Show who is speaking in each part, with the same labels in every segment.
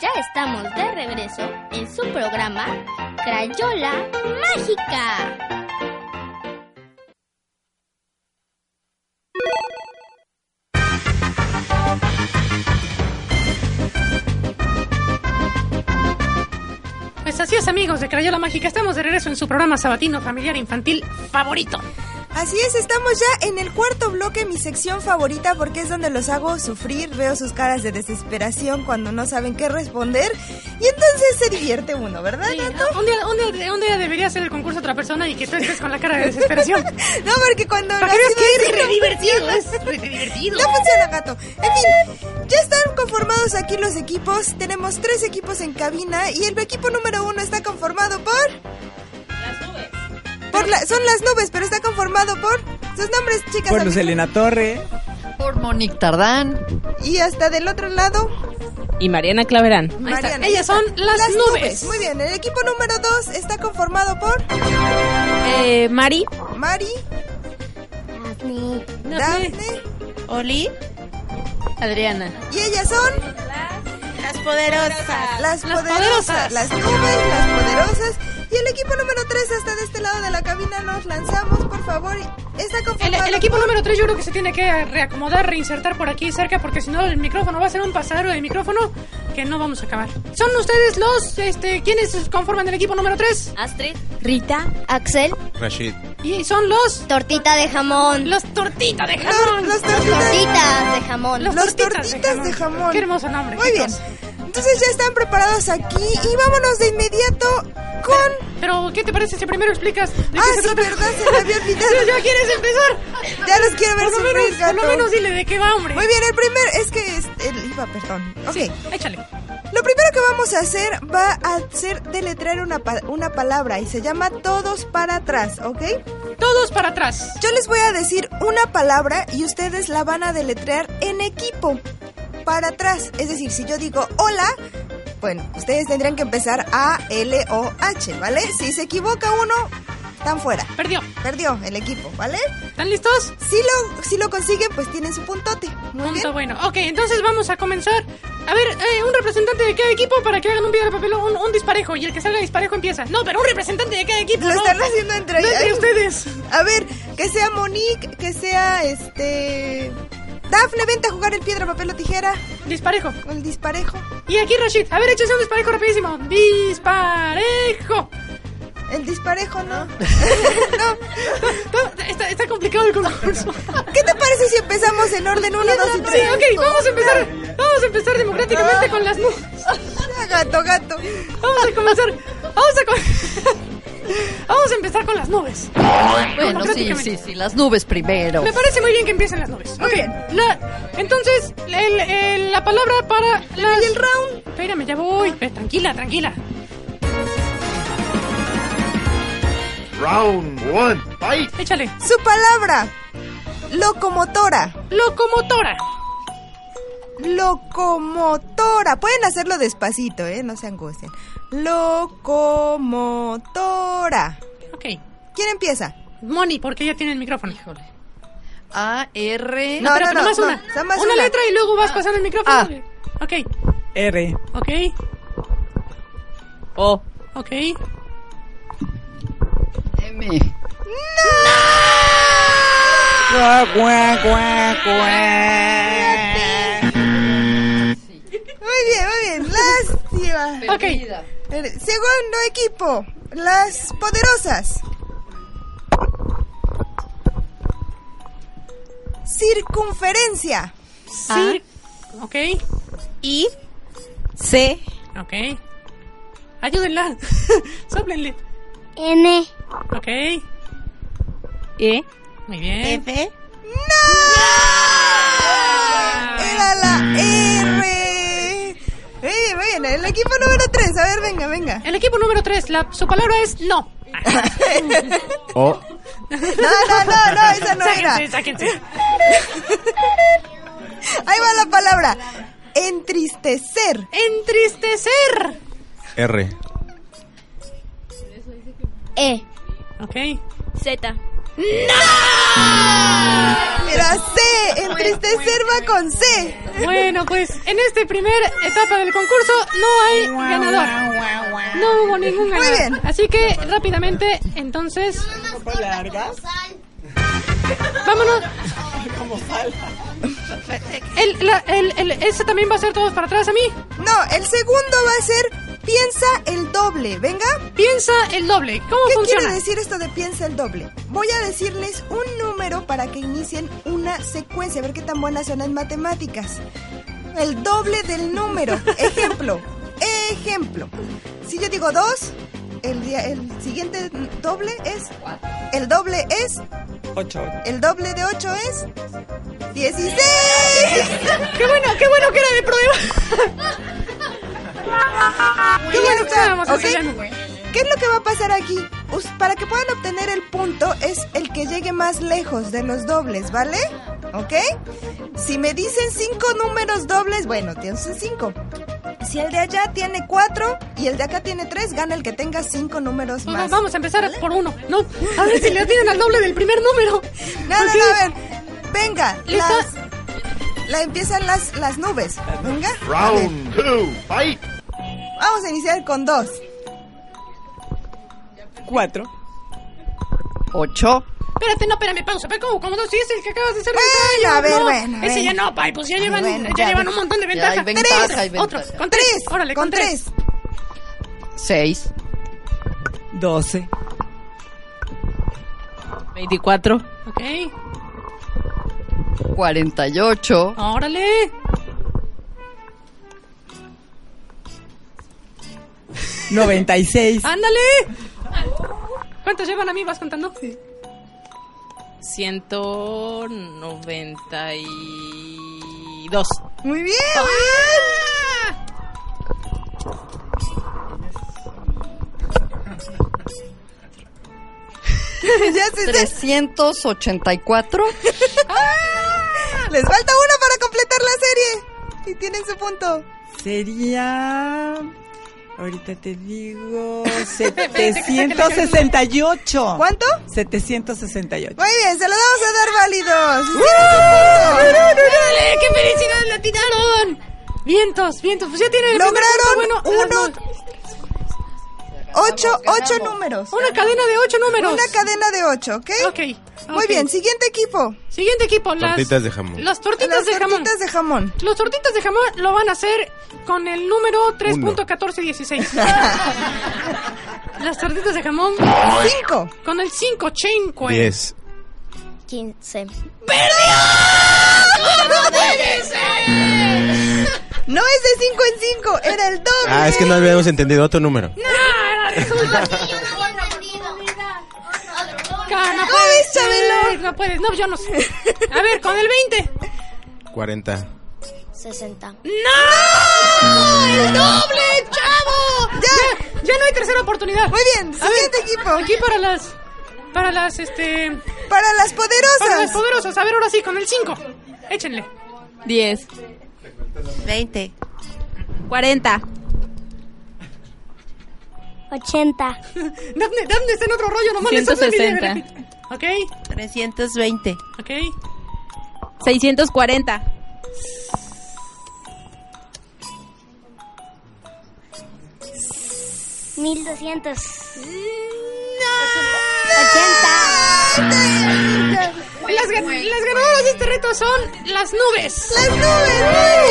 Speaker 1: Ya estamos de regreso en su programa Crayola Mágica.
Speaker 2: Pues así es amigos de Crayola Mágica, estamos de regreso en su programa sabatino familiar infantil favorito.
Speaker 3: Así es, estamos ya en el cuarto bloque, mi sección favorita, porque es donde los hago sufrir, veo sus caras de desesperación cuando no saben qué responder, y entonces se divierte uno, ¿verdad,
Speaker 2: Sí,
Speaker 3: Tato?
Speaker 2: ah, un, día, un día- un día debería hacer el concurso otra persona y que tú estés con la cara de desesperación.
Speaker 3: No, porque cuando
Speaker 2: Para que
Speaker 3: nací
Speaker 2: veas que
Speaker 3: de-
Speaker 2: es re divertido, es re divertido.
Speaker 3: No funciona, gato. En fin, ya están conformados aquí los equipos. Tenemos tres equipos en cabina y el equipo número uno está conformado por... Por la, son las nubes, pero está conformado por sus nombres, chicas.
Speaker 4: Por
Speaker 3: al
Speaker 4: Luz Elena Torre.
Speaker 5: Por Monique Tardán.
Speaker 3: micrófono. Y hasta del otro lado,
Speaker 6: Y Mariana Claverán.
Speaker 2: Ahí está,
Speaker 3: Mariana.
Speaker 2: Ellas son las, nubes.
Speaker 3: Muy bien, el equipo número dos está conformado por
Speaker 6: Eh, Mari.
Speaker 3: Mari, Daphne
Speaker 6: Oli. Adriana.
Speaker 3: y ellas son
Speaker 6: Las
Speaker 3: las,
Speaker 6: poderosas.
Speaker 2: Las
Speaker 3: poderosas.
Speaker 2: poderosas.
Speaker 3: las nubes, las poderosas. Y el equipo número tres está de este lado de la cabina, nos lanzamos, por favor. Está
Speaker 2: El,
Speaker 3: conformado
Speaker 2: el equipo número 3 yo creo que se tiene que reacomodar, reinsertar por aquí cerca, porque si no el micrófono va a ser un pasadero de micrófono que no vamos a acabar. ¿Son ustedes los, este, quienes conforman el equipo número 3?
Speaker 6: Astrid.
Speaker 5: Rita.
Speaker 1: Axel,
Speaker 7: Rashid.
Speaker 2: Y son los,
Speaker 1: tortita de jamón.
Speaker 2: los tortitas de
Speaker 3: por-
Speaker 2: jamón.
Speaker 3: los tortitas.
Speaker 1: Tortitas de jamón.
Speaker 2: Los
Speaker 3: Los tortitas de jamón.
Speaker 2: Qué hermoso nombre.
Speaker 3: Muy bien.
Speaker 2: chicos.
Speaker 3: Entonces ya están preparados aquí y vámonos de inmediato con...
Speaker 2: Pero, ¿qué te parece si primero explicas de qué
Speaker 3: Ah,
Speaker 2: se
Speaker 3: sí,
Speaker 2: trata?
Speaker 3: verdad, se me había olvidado.
Speaker 2: Sí, ¿Ya quieres empezar?
Speaker 3: Ya los quiero ver
Speaker 2: Por lo,
Speaker 3: sufrir,
Speaker 2: menos, por lo
Speaker 3: gato.
Speaker 2: menos dile de qué va, hombre.
Speaker 3: Muy bien, el primer... Es que es- el IVA, perdón. Ok.
Speaker 2: Sí, échale.
Speaker 3: Lo primero que vamos a hacer va a ser deletrear una, pa- una palabra y se llama todos para atrás, ¿ok?
Speaker 2: Todos para atrás.
Speaker 3: Yo les voy a decir una palabra y ustedes la van a deletrear en equipo. Para atrás, es decir, si yo digo hola, bueno, ustedes tendrían que empezar A, L, O, H, ¿vale? Si se equivoca uno, están fuera.
Speaker 2: Perdió.
Speaker 3: Perdió el equipo, ¿vale?
Speaker 2: ¿Están listos?
Speaker 3: Si lo, si lo consiguen, pues tienen su puntote. Muy bien.
Speaker 2: Punto bueno. Ok, entonces vamos a comenzar. A ver, eh, un representante de cada equipo para que hagan un piedra, papel, un, un disparejo. Y el que salga disparejo empieza. No, pero un representante de cada equipo.
Speaker 3: Lo
Speaker 2: no.
Speaker 3: están haciendo entre
Speaker 2: No entre
Speaker 3: ay,
Speaker 2: ustedes.
Speaker 3: A ver, que sea Monique, que sea este. Dafne, vente a jugar el piedra, papel o tijera.
Speaker 2: Disparejo.
Speaker 3: El disparejo.
Speaker 2: Y aquí Rashid. A ver, échese un disparejo rapidísimo. Disparejo.
Speaker 3: El disparejo, ¿no?
Speaker 2: Está- Está, está complicado el concurso.
Speaker 3: ¿Qué te parece si empezamos en orden 1, 2 y
Speaker 2: Sí,
Speaker 3: 3?
Speaker 2: ok, vamos a empezar. Vamos a empezar democráticamente con las nubes.
Speaker 3: Gato, gato.
Speaker 2: Vamos a comenzar. Vamos a com- Vamos a empezar con las nubes.
Speaker 5: Bueno, sí,
Speaker 2: Democráticamente.
Speaker 5: sí, sí, las nubes primero.
Speaker 2: Me parece muy bien que empiecen las nubes. ok. La, entonces, el- el- la palabra para las... el round. Espérame, ya voy. Eh, tranquila, tranquila.
Speaker 8: Round one, fight.
Speaker 2: Échale.
Speaker 3: Su palabra. Locomotora.
Speaker 2: Locomotora.
Speaker 3: Locomotora. Pueden hacerlo despacito, ¿eh? No se angustien. Locomotora.
Speaker 2: Ok.
Speaker 3: ¿Quién empieza?
Speaker 2: Moni, porque ella tiene el micrófono. Híjole.
Speaker 5: A, R.
Speaker 3: No,
Speaker 2: No, pero
Speaker 3: no, no,
Speaker 2: nomás
Speaker 3: no,
Speaker 2: una.
Speaker 3: nada más
Speaker 2: una
Speaker 3: una.
Speaker 2: letra y luego vas pasando el micrófono.
Speaker 5: Ah.
Speaker 2: Ok.
Speaker 4: R.
Speaker 2: Ok.
Speaker 6: O.
Speaker 2: Ok.
Speaker 5: M.
Speaker 4: Guau, guau, guau, guau.
Speaker 3: Muy bien, muy bien. Lástima.
Speaker 2: Ok.
Speaker 5: Perdida.
Speaker 3: El segundo equipo. Las poderosas. Circunferencia.
Speaker 2: Sí. Ok.
Speaker 6: I. C.
Speaker 2: Ok. Ayúdenla. Sóplenle.
Speaker 1: N.
Speaker 2: Ok.
Speaker 6: E.
Speaker 2: Muy bien.
Speaker 6: F.
Speaker 3: Era la R. Muy bien, muy bien. El equipo número 3. A ver, venga, venga.
Speaker 2: El equipo número 3, su palabra es no.
Speaker 7: O.
Speaker 3: No, no, no, no, esa no era.
Speaker 2: sáquense, sáquense.
Speaker 3: Ahí va la palabra. Entristecer.
Speaker 2: Entristecer.
Speaker 7: R.
Speaker 1: E.
Speaker 2: Ok.
Speaker 6: Z.
Speaker 3: Era C. Entristecer va con C.
Speaker 2: Bueno, pues en esta primera etapa del concurso no hay ganador. No hubo ningún ganador.
Speaker 3: bien.
Speaker 2: Así que rápidamente, entonces,
Speaker 4: largas?
Speaker 2: vámonos. El, la- el, el- ese también va a ser todos para atrás a mí.
Speaker 3: No, el segundo va a ser piensa el doble. Venga.
Speaker 2: Piensa el doble. ¿Cómo
Speaker 3: ¿Qué
Speaker 2: funciona?
Speaker 3: quiere decir esto de piensa el doble? Voy a decirles un número para que inicien una secuencia, a ver qué tan buenas son en matemáticas. El doble del número. Ejemplo. Ejemplo. Si yo digo dos, el, día- el siguiente doble es... El doble es...
Speaker 4: Ocho.
Speaker 3: El doble de ocho es... ¡16!
Speaker 2: Qué bueno, qué bueno que era mi prueba.
Speaker 3: Qué bueno
Speaker 2: que
Speaker 3: está,
Speaker 2: estábamos
Speaker 3: ¿ok?
Speaker 2: ensayando.
Speaker 3: ¿Qué es lo que va a pasar aquí? Us- para que puedan obtener el punto es el que llegue más lejos de los dobles, ¿vale? ¿Ok? Si me dicen cinco números dobles, bueno, tienes un cinco. Si el de allá tiene cuatro y el de acá tiene tres, gana el que tenga cinco números
Speaker 2: Va-
Speaker 3: más.
Speaker 2: Pues Vamos a empezar por uno. No, a ver si le atienden al doble del primer número.
Speaker 3: No, no,
Speaker 2: Porque-
Speaker 3: no, a ver. Venga,
Speaker 2: ¿Lista?
Speaker 3: las, la empiezan las, las nubes. Venga.
Speaker 8: Round two, fight!
Speaker 3: vale. Vamos a iniciar con dos.
Speaker 4: Cuatro.
Speaker 5: Ocho.
Speaker 2: Espérate, no, espérame, pausa. Pero ¿cómo? ¿Cómo no? Si es el que acabas de hacer.
Speaker 3: Bueno,
Speaker 2: ensayo,
Speaker 3: a ver,
Speaker 2: no.
Speaker 3: bueno,
Speaker 2: Ese ya
Speaker 3: bueno.
Speaker 2: no, pai, pues ya llevan,
Speaker 3: Bueno,
Speaker 2: ya
Speaker 3: ya,
Speaker 2: llevan
Speaker 3: pues.
Speaker 2: un montón de
Speaker 5: Ya
Speaker 2: ventaja.
Speaker 5: hay ventaja,
Speaker 2: Tres.
Speaker 5: hay ventaja.
Speaker 2: Otro, con tres. Órale, con, tres.
Speaker 5: Seis.
Speaker 4: Doce.
Speaker 6: 24.
Speaker 2: Ok.
Speaker 5: Cuarenta y ocho.
Speaker 2: Órale.
Speaker 4: Noventa y seis.
Speaker 2: Ándale. ¿Cuántos llevan a mí? ¿Vas contando?
Speaker 6: 192.
Speaker 3: Muy bien, muy bien. ya se, se-
Speaker 5: Trescientos ochenta y cuatro.
Speaker 3: les falta uno para completar la serie. Y tienen su punto.
Speaker 4: Sería. Ahorita te digo. 768.
Speaker 3: ¿Cuánto?
Speaker 4: 768.
Speaker 3: Muy bien, se lo vamos a dar válidos. Hicieron su punto.
Speaker 2: ¡Órale! ¡Qué felicidad! ¡La atinaron! Vientos, vientos. Pues ya tienen el primer
Speaker 3: Lograron
Speaker 2: punto, bueno, las
Speaker 3: uno, ocho, ocho números.
Speaker 2: dos. Una cadena de ocho números.
Speaker 3: Una cadena de ocho, ¿ok?
Speaker 2: Ok.
Speaker 3: Muy
Speaker 2: ok.
Speaker 3: bien, siguiente equipo.
Speaker 2: Siguiente equipo. Las
Speaker 7: Tortitas de jamón.
Speaker 2: Las tortitas
Speaker 3: Las
Speaker 2: de jamón.
Speaker 3: tortitas de jamón.
Speaker 2: Los tortitas de jamón lo van a hacer con el número 3.1416. Las tortitas de jamón
Speaker 3: Cinco.
Speaker 2: con el 5.5.
Speaker 7: Diez.
Speaker 1: 15.
Speaker 3: No es de cinco en cinco, era el doble.
Speaker 7: Ah, es que no habíamos entendido otro número.
Speaker 2: Ca- Ah, No
Speaker 3: ¿Cómo Ah, ves, Chabelo?
Speaker 2: No puedes, no, yo no sé. A ver, con el 20.
Speaker 7: Cuarenta.
Speaker 1: 60.
Speaker 2: ¡No! ¡El doble, chavo! Ya, ya no hay tercera oportunidad.
Speaker 3: Muy bien,
Speaker 2: A ver,
Speaker 3: siguiente equipo.
Speaker 2: Aquí para las. Para las, este.
Speaker 3: Para las
Speaker 2: Para las
Speaker 3: poderosas.
Speaker 2: poderosas. A ver, ahora sí, con el 5. Échenle.
Speaker 6: 10.
Speaker 5: 20.
Speaker 6: 40.
Speaker 1: 80.
Speaker 2: Dafne, Dafne está en otro rollo, nomás le estás
Speaker 6: 160.
Speaker 2: Ok,
Speaker 6: 320.
Speaker 2: ok.
Speaker 6: 640.
Speaker 1: 1200. 80.
Speaker 2: Las, gan- las ganadoras de este reto son las nubes.
Speaker 3: Las nubes.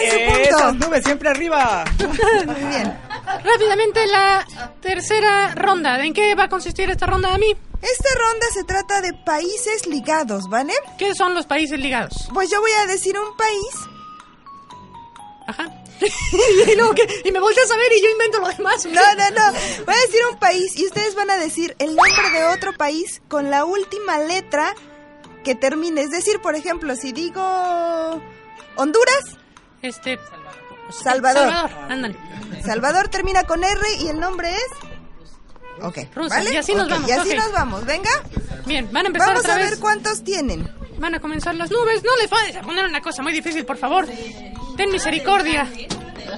Speaker 3: Tiene su
Speaker 4: Esas
Speaker 3: punto.
Speaker 4: nubes siempre arriba.
Speaker 3: Muy bien.
Speaker 2: Rápidamente la tercera ronda. ¿En qué va a consistir esta ronda a mí?
Speaker 3: Esta ronda se trata de países ligados, ¿vale?
Speaker 2: ¿Qué son los países ligados?
Speaker 3: Pues yo voy a decir un país.
Speaker 2: Ajá. y luego que y me volteas a ver y yo invento lo demás.
Speaker 3: No, no, no. Voy a decir un país y ustedes van a decir el nombre de otro país con la última letra que termine. Es decir, por ejemplo, si digo Honduras,
Speaker 2: Este
Speaker 3: Salvador.
Speaker 2: Salvador, ándale.
Speaker 3: Salvador termina con R y el nombre es. Ok,
Speaker 2: Rusia,
Speaker 3: ¿vale?
Speaker 2: y así nos
Speaker 3: Ok,
Speaker 2: vamos,
Speaker 3: Y así
Speaker 2: ok.
Speaker 3: nos vamos, venga.
Speaker 2: Bien, van a empezar
Speaker 3: Vamos
Speaker 2: otra
Speaker 3: a ver
Speaker 2: vez.
Speaker 3: cuántos tienen.
Speaker 2: Van a comenzar las nubes. No les vayas a poner una cosa muy difícil, por favor. Ten misericordia.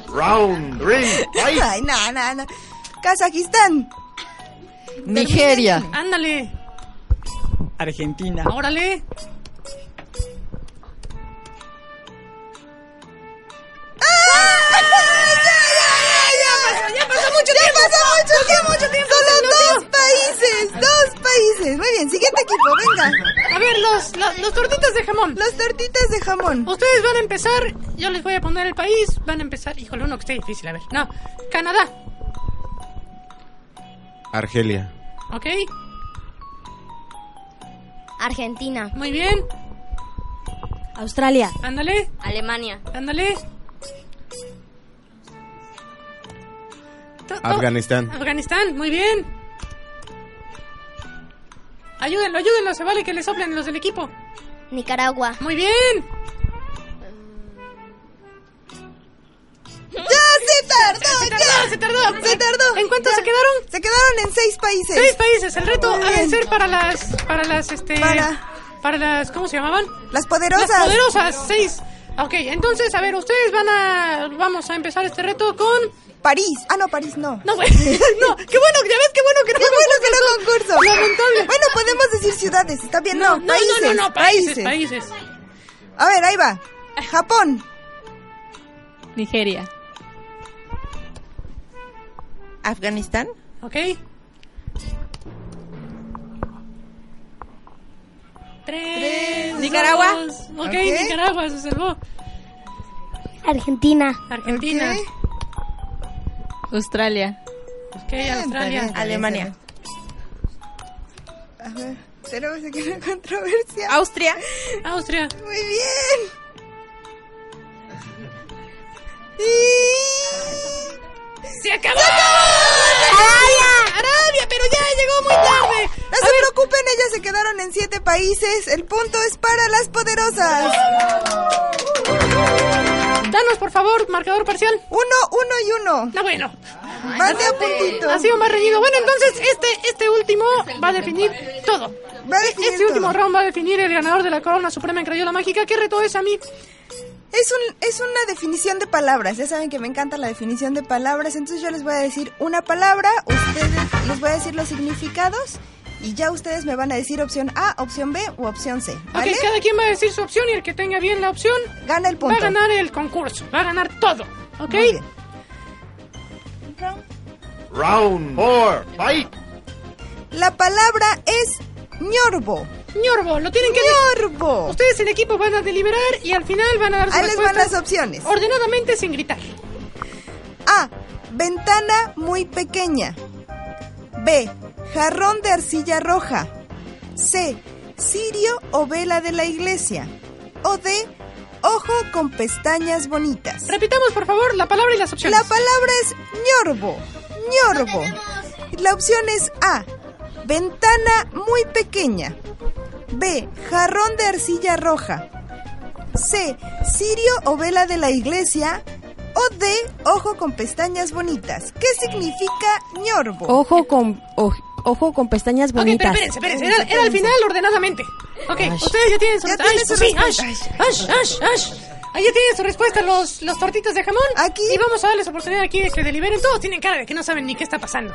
Speaker 8: Round three, fight!
Speaker 3: Ay, no, no, no. Kazajistán.
Speaker 5: Nigeria.
Speaker 2: Ándale.
Speaker 4: Argentina.
Speaker 2: Órale.
Speaker 3: mucho tiempo, mucho tiempo, mucho tiempo. Solo dos países, dos países. Muy bien, siguiente equipo, venga.
Speaker 2: A ver, los, los, los tortitas de jamón.
Speaker 3: Las tortitas de jamón.
Speaker 2: Ustedes van a empezar, yo les voy a poner el país, van a empezar, híjole, uno que esté difícil, a ver. No, Canadá,
Speaker 7: Argelia.
Speaker 2: ¿ok?
Speaker 1: Argentina,
Speaker 2: Muy bien,
Speaker 9: Australia,
Speaker 2: ándale,
Speaker 1: Alemania,
Speaker 2: ándale. To- to-
Speaker 7: Afganistán.
Speaker 2: Afganistán, muy bien. Ayúdenlo, ayúdenlo, se vale que le soplen los del equipo.
Speaker 1: Nicaragua,
Speaker 2: Muy bien.
Speaker 3: ¡Ya se tardó!
Speaker 2: tardó, se tardó.
Speaker 3: Se tardó.
Speaker 2: ¿En cuánto se quedaron?
Speaker 3: Se quedaron en seis países.
Speaker 2: Seis países. El reto
Speaker 3: Muy
Speaker 2: ha de
Speaker 3: bien.
Speaker 2: ser para las. Para las. Este,
Speaker 3: Para-
Speaker 2: para las. ¿Cómo se llamaban?
Speaker 3: Las poderosas.
Speaker 2: Las poderosas. Seis. Ok, entonces, a ver, ustedes van a. Vamos a empezar este reto con.
Speaker 3: París. Ah, no, París no.
Speaker 2: No, güey. No, qué bueno, ya ves, qué bueno que no.
Speaker 3: Qué bueno que no concurso.
Speaker 2: Lamentable.
Speaker 3: Bueno, podemos decir ciudades, está bien, no.
Speaker 2: No, no,
Speaker 3: países,
Speaker 2: no, no, países. Países.
Speaker 3: A ver, ahí va. Japón,
Speaker 6: Nigeria.
Speaker 5: Afganistán.
Speaker 2: Ok. Tres. dos,
Speaker 6: Nicaragua.
Speaker 2: Ok,
Speaker 3: Ok.
Speaker 2: Nicaragua se salvó.
Speaker 9: Argentina,
Speaker 2: Argentina.
Speaker 6: Australia.
Speaker 2: Ok, Australia.
Speaker 5: Alemania.
Speaker 3: A ver, tenemos aquí una controversia.
Speaker 6: Austria.
Speaker 2: Austria.
Speaker 3: Muy bien. Y-
Speaker 2: ¡Se acabó! ¡Arabia! ¡Arabia! Pero ya llegó muy tarde.
Speaker 3: No se preocupen, ellas se quedaron en siete países. El punto es para las poderosas.
Speaker 2: Danos, por favor, marcador parcial.
Speaker 3: Uno, uno y uno.
Speaker 2: No, bueno.
Speaker 3: Más de a puntito.
Speaker 2: Ha sido más reñido. Bueno, entonces este, este último va a definir todo.
Speaker 3: Va a definir
Speaker 2: este último
Speaker 3: todo.
Speaker 2: round va a definir el ganador de la corona suprema en Crayola Mágica. ¿Qué reto es a mí?
Speaker 3: Es, un, es una definición de palabras. Ya saben que me encanta la definición de palabras. Entonces yo les voy a decir una palabra, ustedes les voy a decir los significados y ya ustedes me van a decir opción A, opción B u opción C. ¿Vale?
Speaker 2: Ok, cada quien va a decir su opción y el que tenga bien la opción
Speaker 3: Gana el punto.
Speaker 2: va a ganar el concurso. Va a ganar todo. ¿Ok?
Speaker 3: Muy bien.
Speaker 8: Round four. Fight.
Speaker 3: La palabra es ñorbo.
Speaker 2: Ñorbo, lo tienen que
Speaker 3: Ñorbo.
Speaker 2: Ustedes el equipo van a deliberar y al final van a dar sus
Speaker 3: Ahí les van
Speaker 2: respuestas
Speaker 3: las opciones.
Speaker 2: ordenadamente sin gritar.
Speaker 3: A. Ventana muy pequeña. B. Jarrón de arcilla roja. C. Cirio o vela de la iglesia. O D. Ojo con pestañas bonitas.
Speaker 2: Repitamos, por favor, la palabra y las opciones.
Speaker 3: La palabra es ñorbo. ñorbo. La opción es A. Ventana muy pequeña. B. Jarrón de arcilla roja. C. Cirio o vela de la iglesia. O D. Ojo con pestañas bonitas. ¿Qué significa ñorbo?
Speaker 6: Oh.
Speaker 9: ojo con, oj- ojo con pestañas
Speaker 2: Ok, pero
Speaker 9: bonitas.
Speaker 2: espérense, espérense. Era, era al final ordenadamente. Ok, ustedes ya tienen su
Speaker 3: Ya
Speaker 2: respuesta.
Speaker 3: tienen su
Speaker 2: sí, ash,
Speaker 3: respuesta.
Speaker 2: ash, ash, ash. Ahí ya tienen su respuesta los, los tortitos de jamón.
Speaker 3: Aquí.
Speaker 2: Y vamos a darles oportunidad aquí este, de que deliberen. Todos tienen cara de que no saben ni qué está pasando.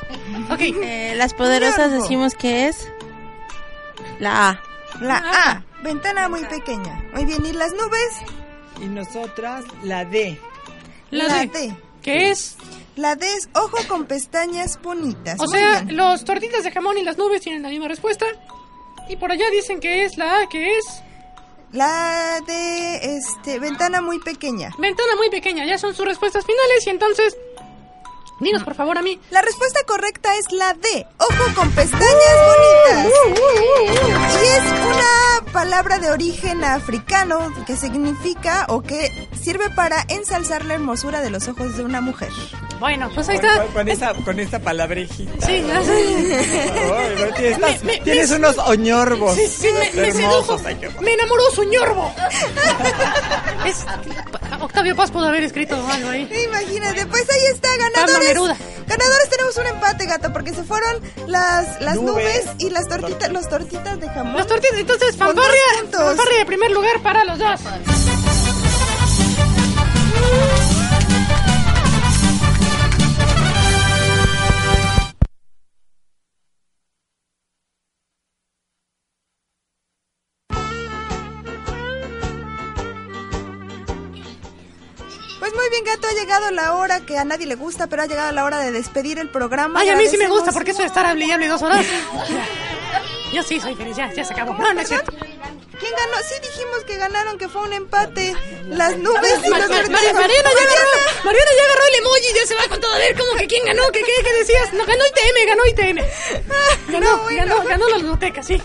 Speaker 2: Ok. eh,
Speaker 9: Eh,
Speaker 6: las poderosas
Speaker 3: Largo.
Speaker 6: decimos que es la A.
Speaker 3: La
Speaker 2: Ah.
Speaker 3: A. Ventana muy pequeña. Muy bien, ¿y las nubes?
Speaker 4: Y nosotras la D.
Speaker 2: La,
Speaker 3: la
Speaker 2: D.
Speaker 3: D.
Speaker 2: Que es,
Speaker 3: La D es ojo con pestañas bonitas.
Speaker 2: o
Speaker 3: Muy
Speaker 2: sea,
Speaker 3: bien.
Speaker 2: los tortitas de jamón y las nubes tienen la misma respuesta. Y por allá dicen que es la A, que es
Speaker 3: la de este, ventana muy pequeña.
Speaker 2: ventana muy pequeña. Ya son sus respuestas finales y entonces... Dinos, por favor, a mí.
Speaker 3: La respuesta correcta es la D. Ojo con pestañas bonitas. Y es una palabra de origen africano que significa o que sirve para ensalzar la hermosura de los ojos de una mujer.
Speaker 2: Bueno, pues ahí
Speaker 4: Con,
Speaker 2: está.
Speaker 4: con- con esa, con esa palabrejita.
Speaker 2: Sí, ya sé.
Speaker 4: Ay, pero tienes, las-
Speaker 2: me- me-
Speaker 4: tienes unos oñorbos.
Speaker 2: Sí, sí, me, me sedujo.
Speaker 4: hermosos, ay, qué
Speaker 2: Me enamoró su ñorbo. Es- Octavio Paz pudo haber escrito algo ahí.
Speaker 3: Imagínate, pues ahí está,
Speaker 2: Pablo
Speaker 3: ganadores.
Speaker 2: Neruda.
Speaker 3: Ganadores tenemos un empate, gato, porque se fueron las, las
Speaker 4: Nubes.
Speaker 3: nubes y las tortitas, los tortitas de jamón.
Speaker 2: Los tortitas, entonces,
Speaker 3: Con dos
Speaker 2: fanfarria.
Speaker 3: puntos.
Speaker 2: Fanfarria de primer lugar para los dos.
Speaker 3: Pues muy bien, gato, ha llegado la hora que a nadie le gusta, pero ha llegado la hora de despedir el programa.
Speaker 2: Ay, a mí sí me
Speaker 3: Agradecemos-
Speaker 2: gusta, porque eso de estar hablando y dos horas. Yo sí soy feliz, ya, ya se acabó. No, no es cierto.
Speaker 3: ¿Quién ganó? Sí dijimos que ganaron, que fue un empate. Las nubes y
Speaker 2: Mar-
Speaker 3: los
Speaker 2: Mar- Mar-
Speaker 3: vertidos.
Speaker 2: Mariana ya agarró, Mariana ya agarró el emoji y ya se va con todo a ver como que quién ganó, que qué, que decías. No, ganó ITM, ganó ITM. Ganó,
Speaker 3: Ah, no, bueno.
Speaker 2: ganó, ganó la biblioteca, sí.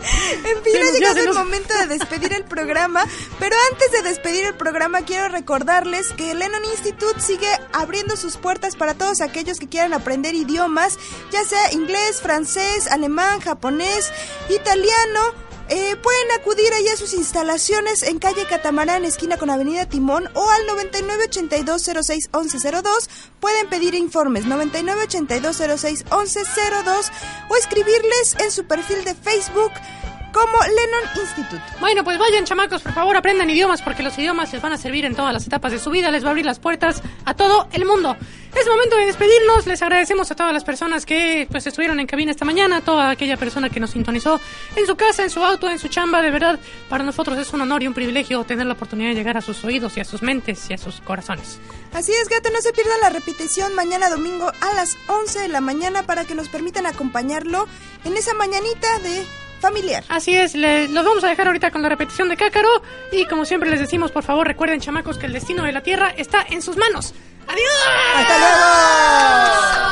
Speaker 3: En fin,
Speaker 2: Se
Speaker 3: ha
Speaker 2: nos- ya
Speaker 3: llegado
Speaker 2: se
Speaker 3: el
Speaker 2: nos-
Speaker 3: momento de despedir el programa, pero antes de despedir el programa quiero recordarles que el Lennon Institute sigue abriendo sus puertas para todos aquellos que quieran aprender idiomas, ya sea inglés, francés, alemán, japonés, italiano. Eh, pueden acudir ahí a sus instalaciones en calle Catamarán, esquina con Avenida Timón, o al 9982061102. Pueden pedir informes 9982061102 o escribirles en su perfil de Facebook como Lennon Institute.
Speaker 2: Bueno, pues vayan, chamacos, por favor, aprendan idiomas, porque los idiomas les van a servir en todas las etapas de su vida, les va a abrir las puertas a todo el mundo. Es momento de despedirnos, les agradecemos a todas las personas que pues estuvieron en cabina esta mañana, a toda aquella persona que nos sintonizó en su casa, en su auto, en su chamba, de verdad, para nosotros es un honor y un privilegio tener la oportunidad de llegar a sus oídos y a sus mentes y a sus corazones.
Speaker 3: Así es, gato, no se pierdan la repetición mañana domingo a las 11 de la mañana para que nos permitan acompañarlo en esa mañanita de familiar.
Speaker 2: Así es, le- los vamos a dejar ahorita con la repetición de Cácaro y como siempre les decimos, por favor, recuerden, chamacos, que el destino de la Tierra está en sus manos. ¡Adiós!
Speaker 3: ¡Hasta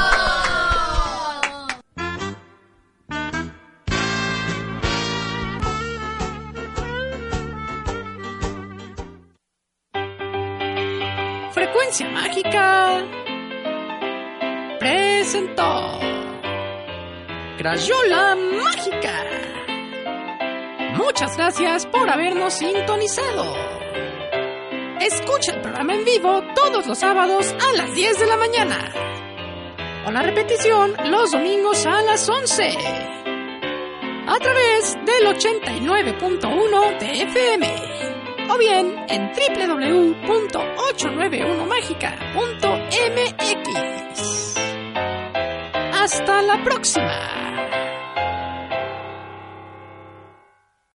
Speaker 3: luego!
Speaker 2: Frecuencia Mágica presentó Crayola Mágica. Muchas gracias por habernos sintonizado. Escucha el programa en vivo todos los sábados a las 10 de la mañana. O la repetición los domingos a las 11. A través del 89.1 de FM o bien en www.891magica.mx. Hasta la próxima.